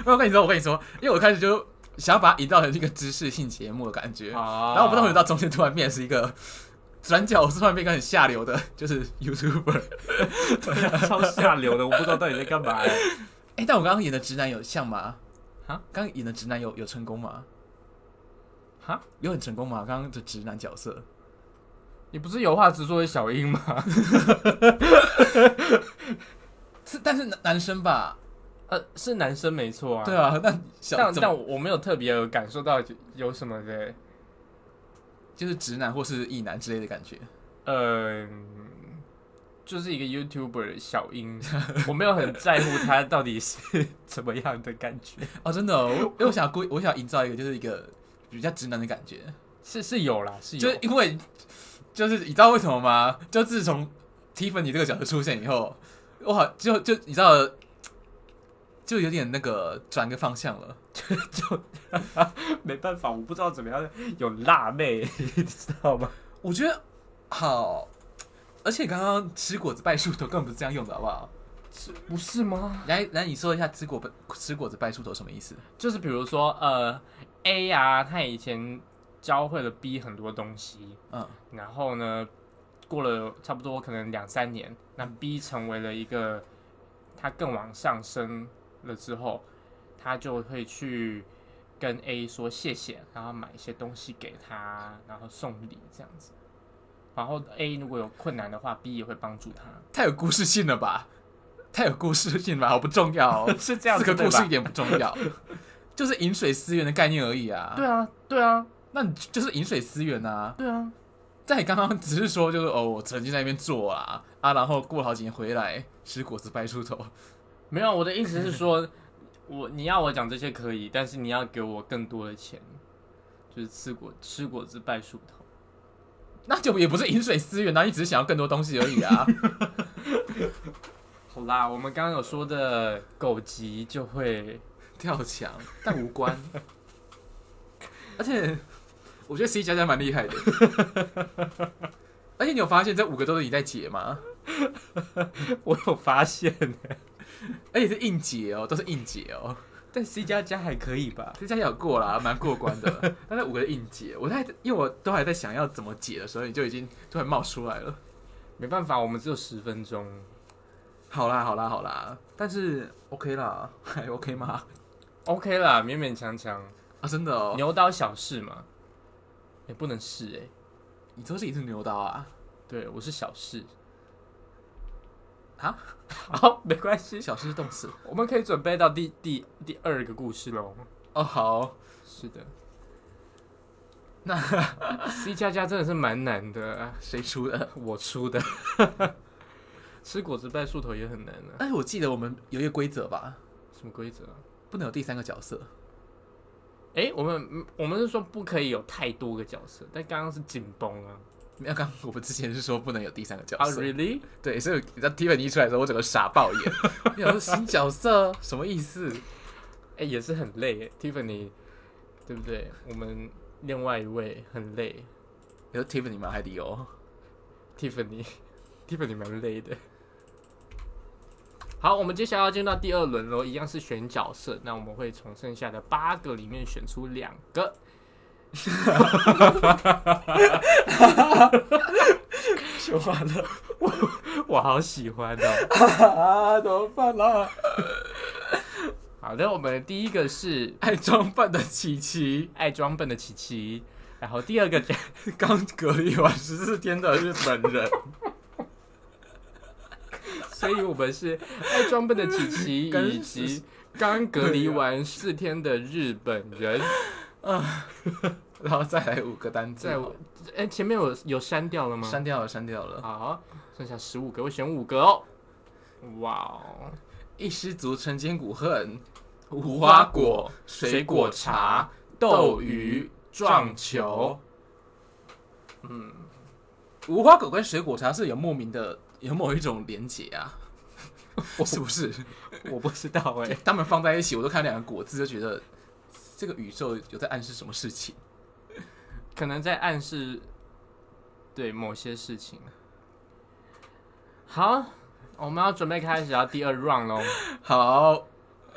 S2: 我跟你说，我跟你说，因为我开始就想要把它引导成一个知识性节目的感觉，然
S1: 啊
S2: 后我不知道为什么到中间突然变是一个转角，我是突然变一个很下流的，就是 YouTuber。
S1: 超下流的，我不知道到底在干嘛、
S2: 哎、但我刚刚演的直男有像吗？
S1: 啊，
S2: 刚刚演的直男有有成功吗？
S1: 哈，
S2: 有很成功吗？刚刚的直男角色，
S1: 你不是有话直说的小英吗？
S2: 是但是男男生吧？
S1: 呃，是男生没错啊。
S2: 对啊， 那小
S1: 但
S2: 怎么
S1: 但我没有特别有感受到有什么的，
S2: 就是直男或是异男之类的感觉。
S1: 呃，就是一个 YouTuber 小英，我没有很在乎他到底是 怎么样的感觉，
S2: 哦，真的、哦， 我因为我想故意，我想营造一个就是一个比较直男的感觉，
S1: 是是有啦，是有，
S2: 就是因为就是你知道为什么吗？就自从 Tiffany 这个角色出现以后，我好就就你知道，就有点那个转个方向了。
S1: 没办法，我不知道怎么样有辣妹， 你知道吗？
S2: 我觉得好，而且刚刚吃果子拜树头根本不是这样用的，好不好？
S1: 不是吗？
S2: 来来，你说一下吃果拜吃果子拜树头什么意思？
S1: 就是比如说，呃，A 啊，他以前教会了 B 很多东西，
S2: 嗯，
S1: 然后呢，过了差不多可能两三年，那 B 成为了一个他更往上升了之后，他就会去跟 A 说谢谢，然后买一些东西给他，然后送礼这样子。然后 A 如果有困难的话，B 也会帮助他，
S2: 太有故事性了吧？太有故事性了吧？好不重要、哦。
S1: 是 这样
S2: 四
S1: 子
S2: 个
S1: 对
S2: 故
S1: 吧
S2: 事一点不重 要，就是饮水思源的概念而已啊。
S1: 对，啊，对啊，
S2: 那你就是饮水思源啊。
S1: 对啊，
S2: 但你刚刚只是说，就是哦，我曾经在那边做啊啊，然后过了好几年回来吃果子掰出头，
S1: 没有，我的意思是说， 我你要我讲这些可以，但是你要给我更多的钱，就是吃果吃果子拜树头。
S2: 那就也不是饮水思源啊，你只是想要更多东西而已啊。
S1: 好啦，我们刚刚有说的狗急就会，
S2: 跳墙，但无关。 而且我觉得 C 加加蛮厉害的。而且你有发现这五个都是你在解吗？
S1: 我有发现，
S2: 而且是硬解哦，都是硬解哦。
S1: 但 C 加加还可以吧？
S2: C 加加有过啦，蛮过关的。但那五个是硬解，我在因为我都还在想要怎么解的时候，你就已经突然冒出来了。
S1: 没办法，我们只有十分钟。
S2: 好啦，好啦，好啦，但是 OK 啦，还 OK 吗？
S1: OK 啦，勉勉强强，
S2: 啊，真的哦，
S1: 牛刀小试嘛，也不能试哎、
S2: 你说自己是牛刀啊？
S1: 对我是小试。
S2: 啊，
S1: 好，没关系，
S2: 小事是动词
S1: 我们可以准备到第第第二个故事喽。
S2: 哦。好，
S1: 是的，那 C 加加真的是蛮难的，啊
S2: 谁出的？
S1: 我出的。吃果子拜树头也很难啊，
S2: 但是我记得我们有一个规则吧，
S1: 什么规则、啊？
S2: 不能有第三个角色。
S1: 哎、我们我们是说不可以有太多个角色，但刚刚是紧绷啊。
S2: 没有，刚我们之前是说不能有第三个角
S1: 啊
S2: 色，
S1: ，really？
S2: 对，所以你知道 Tiffany 一出来的时候，我整个傻爆 眼，没有新角色什么意思？
S1: 哎、也是很累耶，Tiffany，对不对？我们另外一位很累
S2: 你说 Tiffany 吗？还是 Leo？
S1: ，Tiffany，Tiffany 蛮累的。好，我们接下来要进入到第二轮喽，一样是选角色。那我们会从剩下的八个里面选出两个。
S2: 说完了
S1: 我好喜欢哦。
S2: 啊，怎么办啦？
S1: 好的，我们第一个是
S2: 爱装扮的琪琪
S1: 爱装笨的琪琪，然后第二个 叫
S2: 刚隔离完十四天的日本人，
S1: 所以我们是爱装笨的琪琪
S2: 跟
S1: 以及刚隔离完四天的日本人。
S2: 然后再来五个单字
S1: 在
S2: 好
S1: 我哎、前面有有删掉了吗？
S2: 删掉了，删掉了。
S1: 好，剩下十五个，我选五个哦。哇哦，
S2: 一失足成千古恨，无
S1: 花
S2: 花
S1: 果
S2: 果、
S1: 水
S2: 水
S1: 果
S2: 果
S1: 茶
S2: 茶、
S1: 斗
S2: 斗
S1: 鱼
S2: 鱼、
S1: 撞
S2: 撞
S1: 球
S2: 球。嗯，无花果跟水果茶是有莫名的有某一种连结 啊，是不是？
S1: 我不知道哎、
S2: 他们放在一起，我都看两个果字就觉得这个宇宙有在暗示什么事情。
S1: 可能在暗示对某些事情。好，我们要准备开始要第二 round 喽。
S2: 好，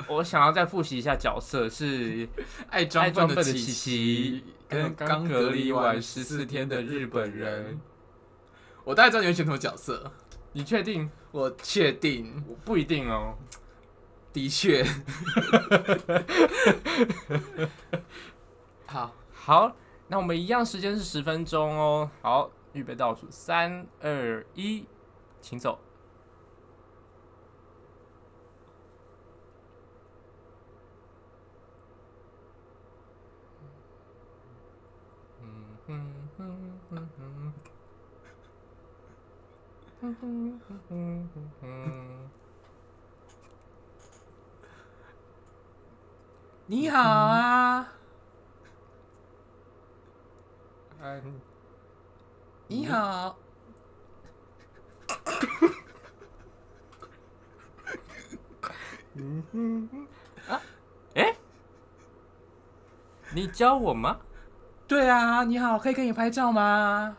S1: 我想要再复习一下角色是
S2: 爱
S1: 爱
S2: 装
S1: 装
S2: 扮
S1: 笨
S2: 的
S1: 的
S2: 琪
S1: 琪
S2: 琪
S1: 琪跟
S2: 跟
S1: 刚
S2: 刚
S1: 隔
S2: 隔
S1: 离
S2: 离
S1: 完
S2: 完
S1: 十
S2: 十
S1: 四
S2: 四
S1: 天
S2: 天
S1: 的
S2: 的
S1: 日
S2: 日
S1: 本
S2: 本
S1: 人
S2: 人。我大概知道你会选什么角色，
S1: 你确定？
S2: 我确定，
S1: 我不一定哦。
S2: 的 确。好，
S1: 好，那我们一样时间是十分钟哦。好，预备倒数，三二一，请走。
S2: 你好啊。
S1: 嗯，
S2: 你好。
S1: 你教我吗？
S2: 对啊，你好，可以给你拍照吗？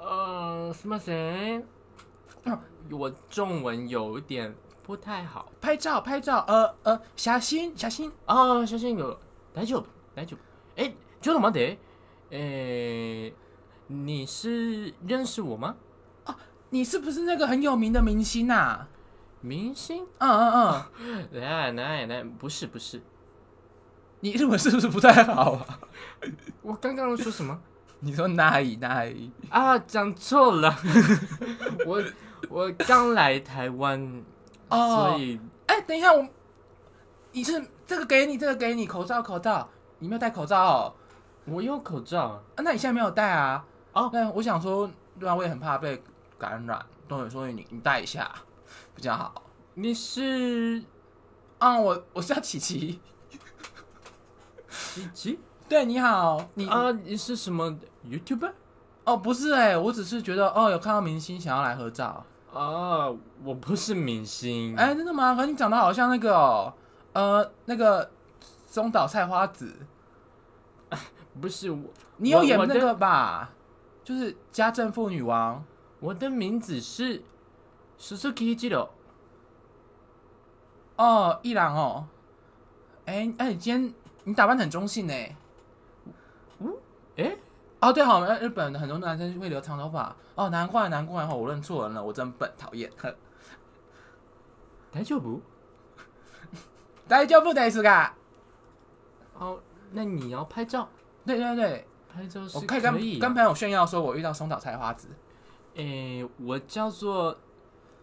S1: 呃，什么谁？我中文有一点不太好
S2: 拍照，拍照，呃呃，小心，小心。
S1: ああ、写真よ。大丈夫、大丈夫。え、ちょっと待って。えー、你是认识我吗？
S2: 你是不是那个很有名的明星啊？
S1: 明星？
S2: 嗯嗯嗯，
S1: 来来来，不是不是。
S2: 你日文是不是不太好啊？
S1: 我刚刚说什么？
S2: 你说哪里哪里？
S1: 啊，讲错了。 我我刚来台湾，
S2: 哦
S1: 所以
S2: 哎、等一下，我，你是这个给你，这个给你，口罩口罩，你没有戴口罩哦。
S1: 我有口罩。
S2: 啊，那你现在没有戴啊？
S1: 哦
S2: 那我想说，对啊，我也很怕被感染，所以所以你你戴一下比较好。
S1: 你是
S2: 啊，我我是要琪琪。
S1: 琪琪
S2: 对，你好，你、
S1: 啊？你是什么 YouTuber
S2: 哦，不是哎、我只是觉得哦，有看到明星想要来合照。
S1: 啊？我不是明星，
S2: 哎、真的吗？可你长得好像那个哦，呃，那个中岛菜花子，
S1: 不是我，
S2: 你有
S1: 我
S2: 演
S1: 我的
S2: 那个吧？就是家政妇女王。
S1: 我的名字是 Suzuki j i r o
S2: 哦，一郎哦，哎、哎、你今天你打扮得很中性呢。
S1: 哎，
S2: 哦，对，好，呃日本很多男生会留长头发。哦，难怪，难怪，哦，我认错人了，我真笨，讨厌。
S1: 大丈夫？
S2: 大丈夫ですか？
S1: 哦，那你要拍照？
S2: 对对对，
S1: 拍照是
S2: 我可以啊
S1: 可以
S2: 跟
S1: 的
S2: 跟。朋友炫耀说，我遇到松岛菜花子。
S1: 诶、我叫做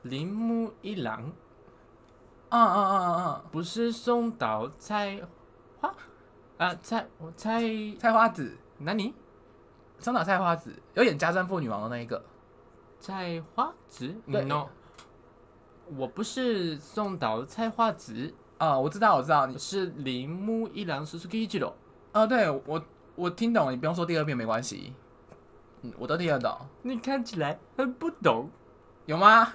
S1: 铃木一郎，
S2: 嗯嗯嗯嗯
S1: 不是松岛菜花啊，菜我菜
S2: 嗯，菜花子，
S1: 哪里？
S2: 松岛菜花子有演家政妇女王的那一个。
S1: 菜花子
S2: 对
S1: ？No，我不是松岛菜花子，
S2: 啊、我知道，我知道，你
S1: 我是铃木一郎 Suzuki j i r o
S2: 啊，对我我听懂，你不用说第二遍没关系，嗯，我都听得懂，
S1: 你看起来很不懂。
S2: 有吗？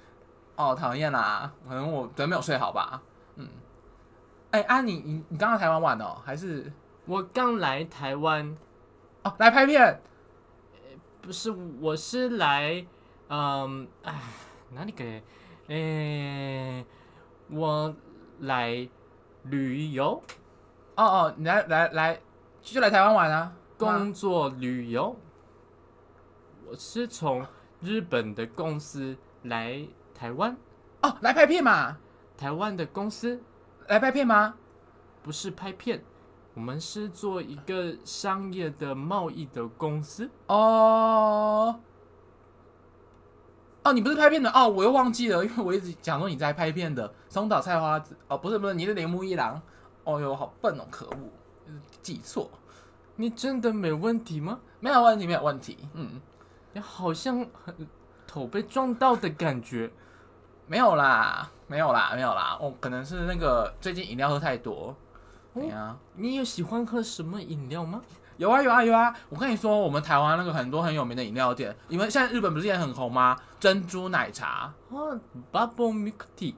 S2: 哦，讨厌啦，可能我昨天没有睡好吧，嗯，哎、啊，你你你刚刚台湾玩哦，还是
S1: 我刚来台湾，
S2: 哦来拍片
S1: 不是，我是来，嗯，哎，哪里给？诶、我来旅游。
S2: 哦哦，你来来来就来台湾玩啊，吗
S1: 工作旅游，我是从日本的公司来台湾，
S2: 哦来拍片嘛，
S1: 台湾的公司
S2: 来拍片吗？
S1: 不是拍片，我们是做一个商业的贸易的公司。
S2: 哦。哦，你不是拍片的哦，我又忘记了，因为我一直讲说你在拍片的松岛菜花子哦，不是不是，你是铃木一郎，哦哟，好笨哦，可恶，就是记错，
S1: 你真的没问题吗？
S2: 没有问题，没有问题，嗯，
S1: 你好像很头被撞到的感觉。
S2: 没有啦，没有啦，没有啦，哦，可能是那个最近饮料喝太多，怎样？
S1: 你有喜欢喝什么饮料吗？
S2: 有啊有啊有啊！我跟你说，我们台湾那个很多很有名的饮料店，你们现在日本不是也很红吗？珍珠奶茶，
S1: 啊，bubble milk tea。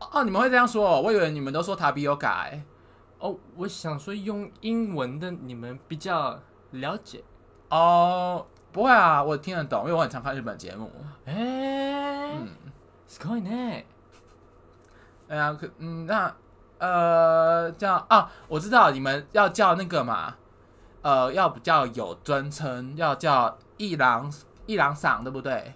S2: 哦，你们会这样说、哦，我以为你们都说塔欸比有改、
S1: 哦，我想说用英文的你们比较了解。
S2: 哦，不会啊，我听得懂，因为我很常看日本节目。
S1: 哎、
S2: 嗯，
S1: すごいね。
S2: 哎呀，可嗯，那呃，叫啊，我知道你们要叫那个嘛，呃，要比较有尊称，要叫一郎一郎赏，对不对？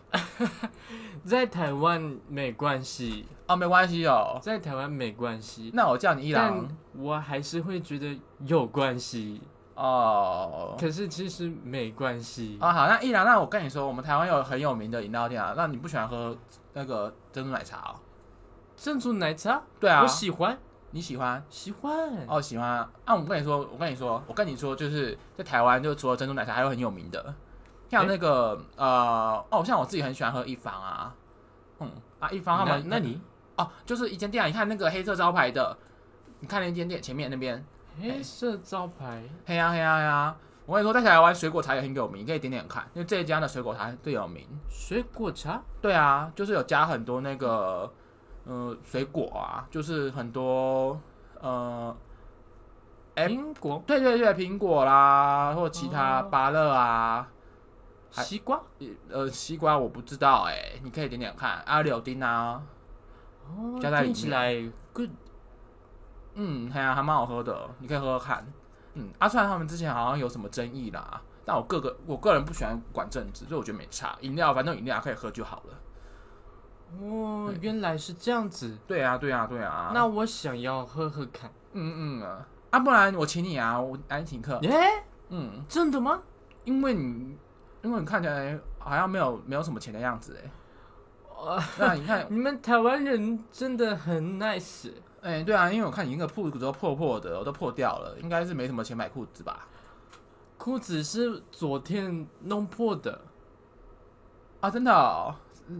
S1: 在台湾没关系，
S2: 哦，没关系哦，
S1: 在台湾没关系，
S2: 那我叫你一郎
S1: 但我还是会觉得有关系。
S2: 哦。
S1: 可是其实没关系，
S2: 啊、好，那一郎，那我跟你说，我们台湾有很有名的饮料店啊，那你不喜欢喝那个珍珠奶茶哦？
S1: 珍珠奶茶，
S2: 对啊
S1: 我，喜欢，
S2: 你喜欢？
S1: 喜欢。
S2: 哦，喜欢啊！啊我跟你说，我跟你说，我跟你说，就是在台湾，就除了珍珠奶茶，还有很有名的，像那个、呃，哦，像我自己很喜欢喝一方啊，嗯啊，一方他
S1: 那
S2: 们
S1: 那你，
S2: 哦，就是一间店啊，你看那个黑色招牌的，你看那间店前面那边，
S1: 黑色招牌，
S2: 黑啊呀、黑呀、黑呀、我跟你说，在台湾水果茶也很有名，你可以点点看，因为这一家的水果茶最有名。
S1: 水果茶，
S2: 对啊，就是有加很多那个，嗯、水果啊，就是很多，呃，哎
S1: 苹果，
S2: 对对对，苹果啦，或其他
S1: 哦
S2: 芭乐啊，还
S1: 西瓜。
S2: 呃，西瓜我不知道哎、你可以点点看啊，柳丁啊，
S1: 哦，
S2: 加在里面
S1: 听起来 good。
S2: 嗯，还啊，还蛮好喝的，你可以喝喝看。嗯，啊，虽然他们之前好像有什么争议啦，但我个个我个人不喜欢管政治，所以我觉得没差。饮料反正饮料可以喝就好了。
S1: 哦，原来是这样子。
S2: 对啊，对啊，对啊。
S1: 那我想要喝喝看。
S2: 嗯嗯啊，啊不然我请你啊，我来请客。
S1: 耶、
S2: 嗯，
S1: 哎真的吗？
S2: 因为你因为你看起来好像没有没有什么钱的样子
S1: 哦
S2: 哎、那你看
S1: 你们台湾人真的很 nice。
S2: 哎、对啊，因为我看你那个裤子都破破的，我都破掉了，应该是没什么钱买裤子吧？
S1: 裤子是昨天弄破的，
S2: 嗯啊，真的、哦，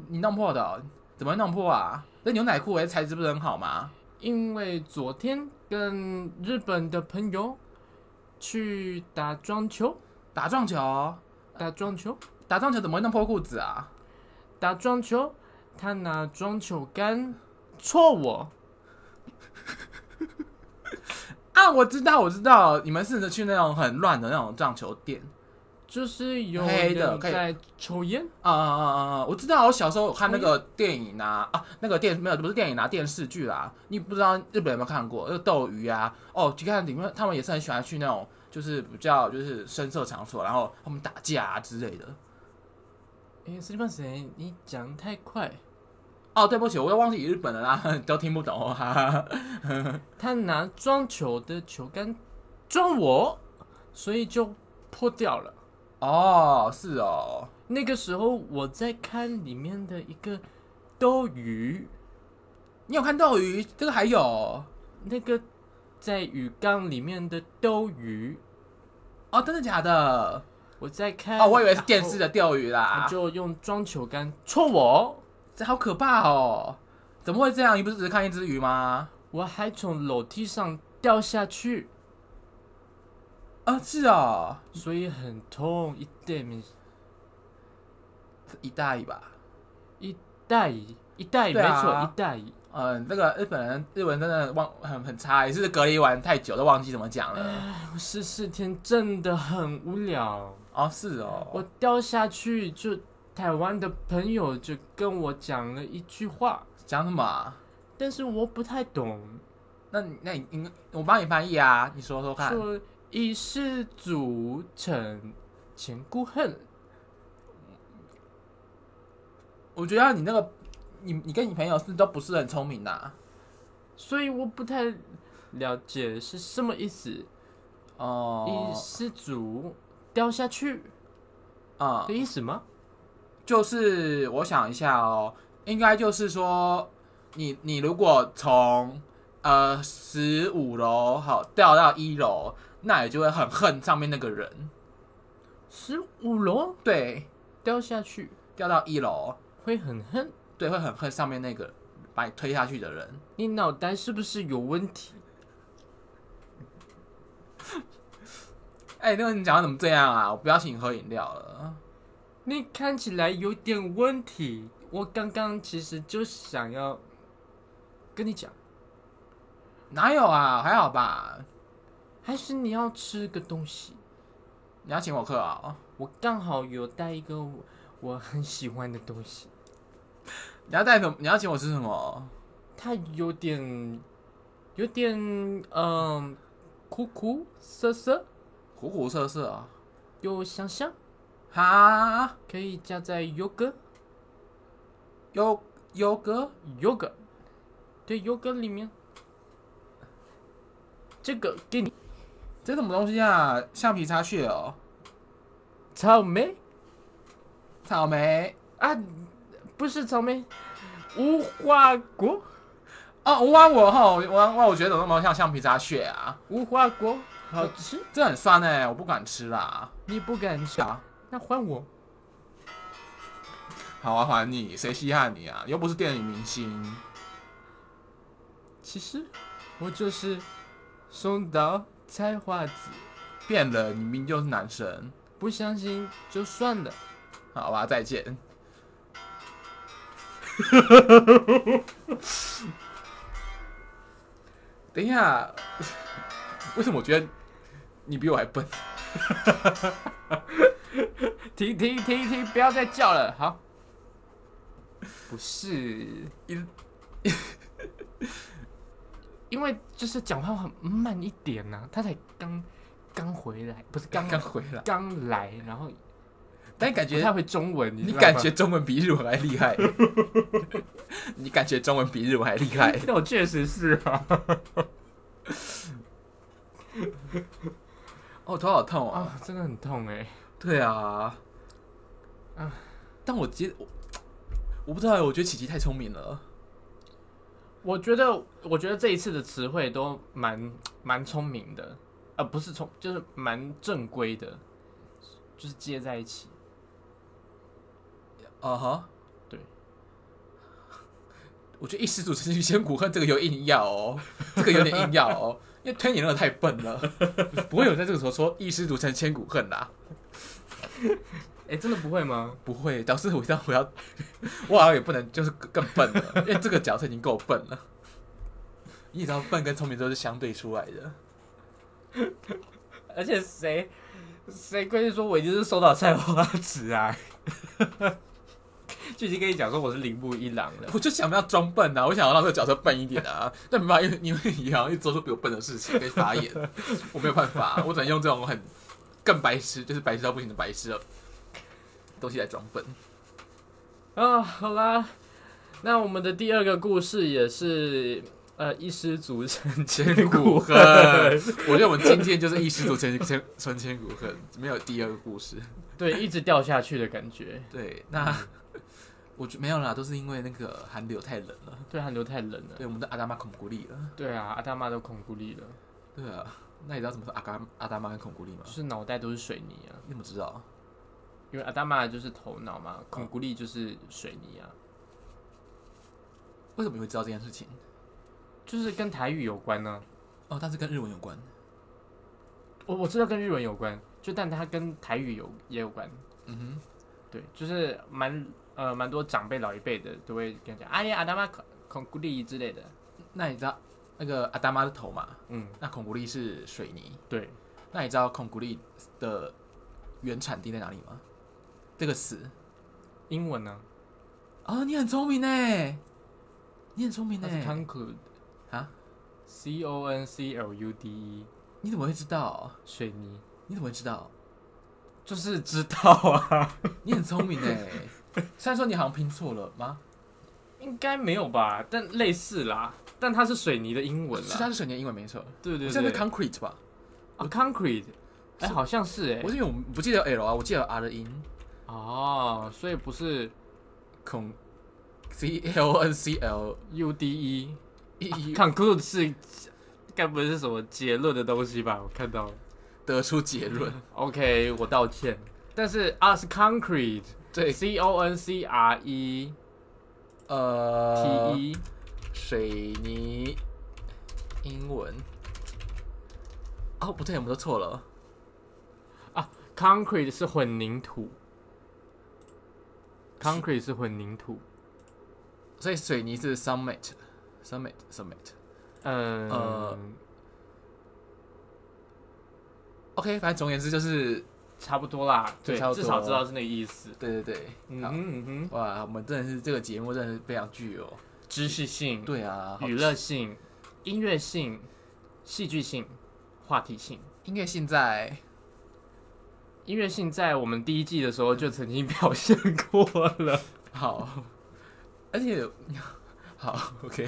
S2: 你弄破的哦、怎么会弄破啊？那牛奶裤的材质不是很好吗？
S1: 因为昨天跟日本的朋友去打撞球，
S2: 打撞球，哦
S1: 打撞球，
S2: 打撞球怎么会弄破裤子啊？
S1: 打撞球，他拿撞球杆戳我，
S2: 啊，我知道，我知道，你们是去那种很乱的那种撞球店。
S1: 就是有
S2: 黑的
S1: 人
S2: 可以
S1: 在抽烟，
S2: 啊啊啊啊！啊我知道，我小时候有看那个电影啊，啊，那个电没有不是电影啊，电视剧啦、你不知道日本有没有看过？那个斗鱼啊，哦，你看里面他们也是很喜欢去那种就是比较就是深色场所，然后他们打架啊之类的。
S1: 哎、斯蒂芬森，你讲太快。
S2: 哦，对不起，我又忘记日本的啦， 都听不懂、哦，哈哈哈。
S1: 他拿装球的球杆撞我，所以就破掉了。
S2: 哦，是哦，
S1: 那个时候我在看里面的一个斗鱼，
S2: 你有看斗鱼？这个还有
S1: 那个在鱼缸里面的斗鱼，
S2: 哦，真的假的？
S1: 我在看。
S2: 哦，我以为是电视的钓鱼
S1: 然后
S2: 啦
S1: 他，哎就用装球杆戳我，
S2: 这好可怕哦！怎么会这样？你不是只是看一只鱼吗？
S1: 我还从楼梯上掉下去，
S2: 啊，是哦，
S1: 所以很痛，一点没
S2: 一大一吧。
S1: 大意，一大意没
S2: 对啊
S1: 错，一大意。
S2: 嗯，这个日本人日文真的忘很很差，也是隔离完太久都忘记怎么讲了。
S1: 我十四天真的很无聊。
S2: 哦，是哦，
S1: 我掉下去，就台湾的朋友就跟我讲了一句话，
S2: 讲什么啊？
S1: 但是我不太懂，
S2: 那你那你你我帮你翻译啊，你说说看。
S1: 说一世组成前顾恨，
S2: 我觉得啊你那个你你跟你朋友是都不是很聪明呐、啊
S1: 所以我不太了解是什么意思。
S2: 哦
S1: 一、世组掉下去
S2: 啊、
S1: 的意思吗？
S2: 就是我想一下哦，应该就是说你你如果从呃十五楼好掉到一楼，那你就会很恨上面那个人。
S1: 十五楼
S2: 对，
S1: 掉下去
S2: 掉到一楼，
S1: 会很恨，
S2: 对，会很恨上面那个把你推下去的人。
S1: 你脑袋是不是有问题？
S2: 哎、那个你讲话怎么这样啊？我不要请你喝饮料了。
S1: 你看起来有点问题。我刚刚其实就想要跟你讲，
S2: 哪有啊？还好吧。
S1: 还是你要吃个东西？
S2: 你要请我客啊、
S1: 我刚好有带一个我我很喜欢的东西，
S2: 你要带什么？你要请我吃什么？
S1: 它有点有点嗯，苦苦涩涩，
S2: 苦苦涩涩啊。
S1: 有香香，
S2: 哈，
S1: 可以加在优格
S2: 优优哥，
S1: 优格，对优格里面，这个给你
S2: 这什么东西啊？橡皮擦屑哦，
S1: 草莓
S2: 草莓
S1: 啊，不是草莓，无花果。
S2: 哦，无花果吼，无花果我觉得怎么那么像橡皮擦屑啊？
S1: 无花果好吃，
S2: 这很酸哎、我不敢吃啦。
S1: 你不敢吃，
S2: 啊，
S1: 那换我。
S2: 好啊，还你，谁稀罕你啊？又不是电影明星。
S1: 其实我就是松岛菜花子，
S2: 变了，你明明就是男生。
S1: 不相信就算了。
S2: 好吧，再见。 等一下，为什么我觉得你比我还笨？
S1: 停停停停，不要再叫了，好。不是，因因为就是讲话很慢一点呐、他才刚刚回来，不是刚
S2: 刚刚回来，
S1: 刚来，然后
S2: 但感
S1: 不
S2: 觉
S1: 太会中文，你
S2: 你
S1: 知道
S2: 感
S1: 吗
S2: 觉中文比日文还厉 害，你感觉中文比日文还厉害。
S1: 哎那我确实是啊。
S2: 哦，我头好痛啊！
S1: 啊，真的很痛哎、
S2: 对啊，
S1: 啊
S2: 但我觉得我我不知道，我觉得琪琪太聪明了。
S1: 我觉得，我觉得这一次的词汇都蛮蛮聪明的，呃，不是聪，就是蛮正规的，就是接在一起。
S2: 啊哈，
S1: 对，
S2: 我觉得“一失足成千古恨”这个有硬要哦，这个有点硬要哦，因为推演那个太笨了， 不会有人在这个时候说“一失足成千古恨”啦，
S1: 哎、真的不会吗？
S2: 不会。导师，我要我要，我好像也不能就是更笨了，因为这个角色已经够笨了。 你也知道，笨跟聪明都是相对出来的。
S1: 而且谁谁规定说我一定是收到菜花指啊？ 就已经跟你讲说我是铃木一郎了。
S2: 我就想要装笨啊，我想要让这个角色笨一点啊，但没办法，因为因为你好像一直做出比我笨的事情被发言，我没有办法，啊我只能用这种很更白痴，就是白痴到不行的白痴的东西来装笨。
S1: 啊，好啦，那我们的第二个故事也是呃一失足成千古恨。
S2: 我觉得我们今天就是一失足成千成千古恨，没有第二个故事。
S1: 对，一直掉下去的感觉。
S2: 对，那我觉没有啦，都是因为那个寒流太冷了，
S1: 对，韩流太冷了。
S2: 对我们的阿达玛恐古力了。
S1: 对啊，阿大妈都恐孤立了，
S2: 对啊，那你知道怎么说阿嘎阿达玛跟恐古力吗
S1: 就？是脑袋都是水泥啊。
S2: 你怎么知道？
S1: 因为阿大妈就是头脑嘛，恐孤立就是水泥啊，
S2: 为什么你会知道这件事情？
S1: 就是跟台语有关啊呢、
S2: 哦，但是跟日文有关。
S1: 我我知道跟日文有关，就但它跟台语有也有关。
S2: 嗯哼。
S1: 对，就是蛮呃蛮多长辈老一辈的都会跟你讲，哎呀阿大妈恐恐孤立之类的。
S2: 那你知道那个阿达妈的头嘛？
S1: 嗯，
S2: 那孔古力是水泥。
S1: 对，
S2: 那你知道孔古力的原产地在哪里吗？这个词
S1: 英文呢、
S2: 啊、你很聪明呢，你很聪明欸
S1: 它是
S2: 呢
S1: conclude
S2: 啊？
S1: C O N C L U D E
S2: 你怎么会知道？
S1: 水泥，
S2: 你怎么会知道？
S1: 就是知道啊，
S2: 你很聪明呢。虽然说你好像拼错了吗？
S1: 应该没有吧？但类似啦，但它是水泥的英文
S2: 是
S1: 啦。
S2: 它是水泥的英文没错，
S1: 对对
S2: 这
S1: 对
S2: 是 concrete 吧？
S1: 啊，concrete，哎、好像是哎、
S2: 我是因为我不记得 L 啊，我记得 R 的音，
S1: 哦，所以不是
S2: 孔 C L N C L
S1: U D E
S2: E E
S1: conclude 是该不会是什么结论的东西吧？我看到了。
S2: 得出结论。
S1: OK，我道歉。但是啊是 concrete，C
S2: 对，
S1: O N C R E
S2: 呃
S1: T E，
S2: 水泥英文。哦，不对，我们都错了。
S1: Concrete 是混凝土，Concrete 是混凝土。
S2: 所以水泥是 summit，summit，summit。
S1: 嗯，
S2: 呃 OK，反正总而言之就是，
S1: 差不多啦，
S2: 对
S1: 对
S2: 差不，多
S1: 至少知道是那个意思。
S2: 对对对，
S1: 嗯
S2: 好，
S1: 哼嗯哼，
S2: 哇，我们真的是这个节目真的是非常具有，
S1: 知识性、
S2: 对啊，好
S1: 娱乐性、音乐性、戏剧性、话题性。
S2: 音乐性在，
S1: 音乐性在我们第一季的时候就曾经表现过 了，
S2: 好，而且 好 OK，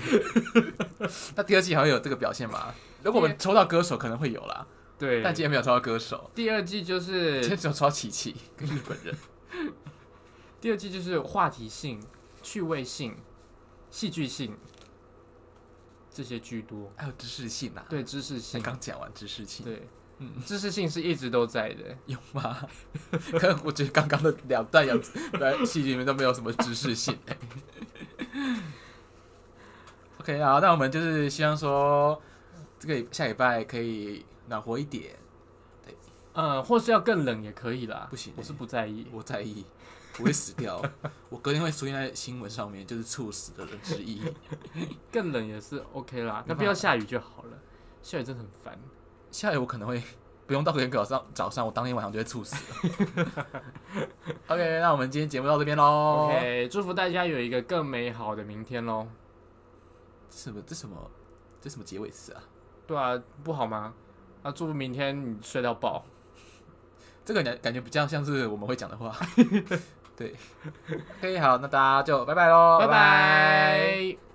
S2: 那第二季还会有这个表现吗？如果我们抽到歌手可能会有啦，
S1: 对。
S2: 但今天没有抽到歌手，
S1: 第二季就
S2: 今天
S1: 是
S2: 只有抽到琪琪跟日本人。
S1: 第二季就是话题性、趣味性、戏剧性这些居多，
S2: 还有知识性啊，
S1: 对知识性，
S2: 刚讲完知识性，
S1: 对，
S2: 嗯
S1: 知识性是一直都在的。
S2: 有吗？ 可能我觉得刚刚的两段有在戏剧里面都没有什么知识性、 欸。OK，好，那我们就是希望说，这个下礼拜可以暖和一点。
S1: 嗯，或是要更冷也可以啦，
S2: 不行
S1: 我是不在意。
S2: 我在意，我会死掉，我隔天会出现在新闻上面，就是猝死的人之一。
S1: 更冷也是 OK 啦，
S2: 没办法
S1: 但不要下雨就好了。下雨真的很烦。
S2: 下雨我可能会不用到隔天早上，早上我当天晚上就会猝死了。OK，那我们今天节目到这边喽。
S1: OK，祝福大家有一个更美好的明天喽。
S2: 这什么？这什么？这什么结尾词啊？
S1: 对啊，不好吗？啊，祝福明天你睡到爆。
S2: 这个感感觉比较像是我们会讲的 话。对，OK，好，那大家就拜拜喽，
S1: 拜拜。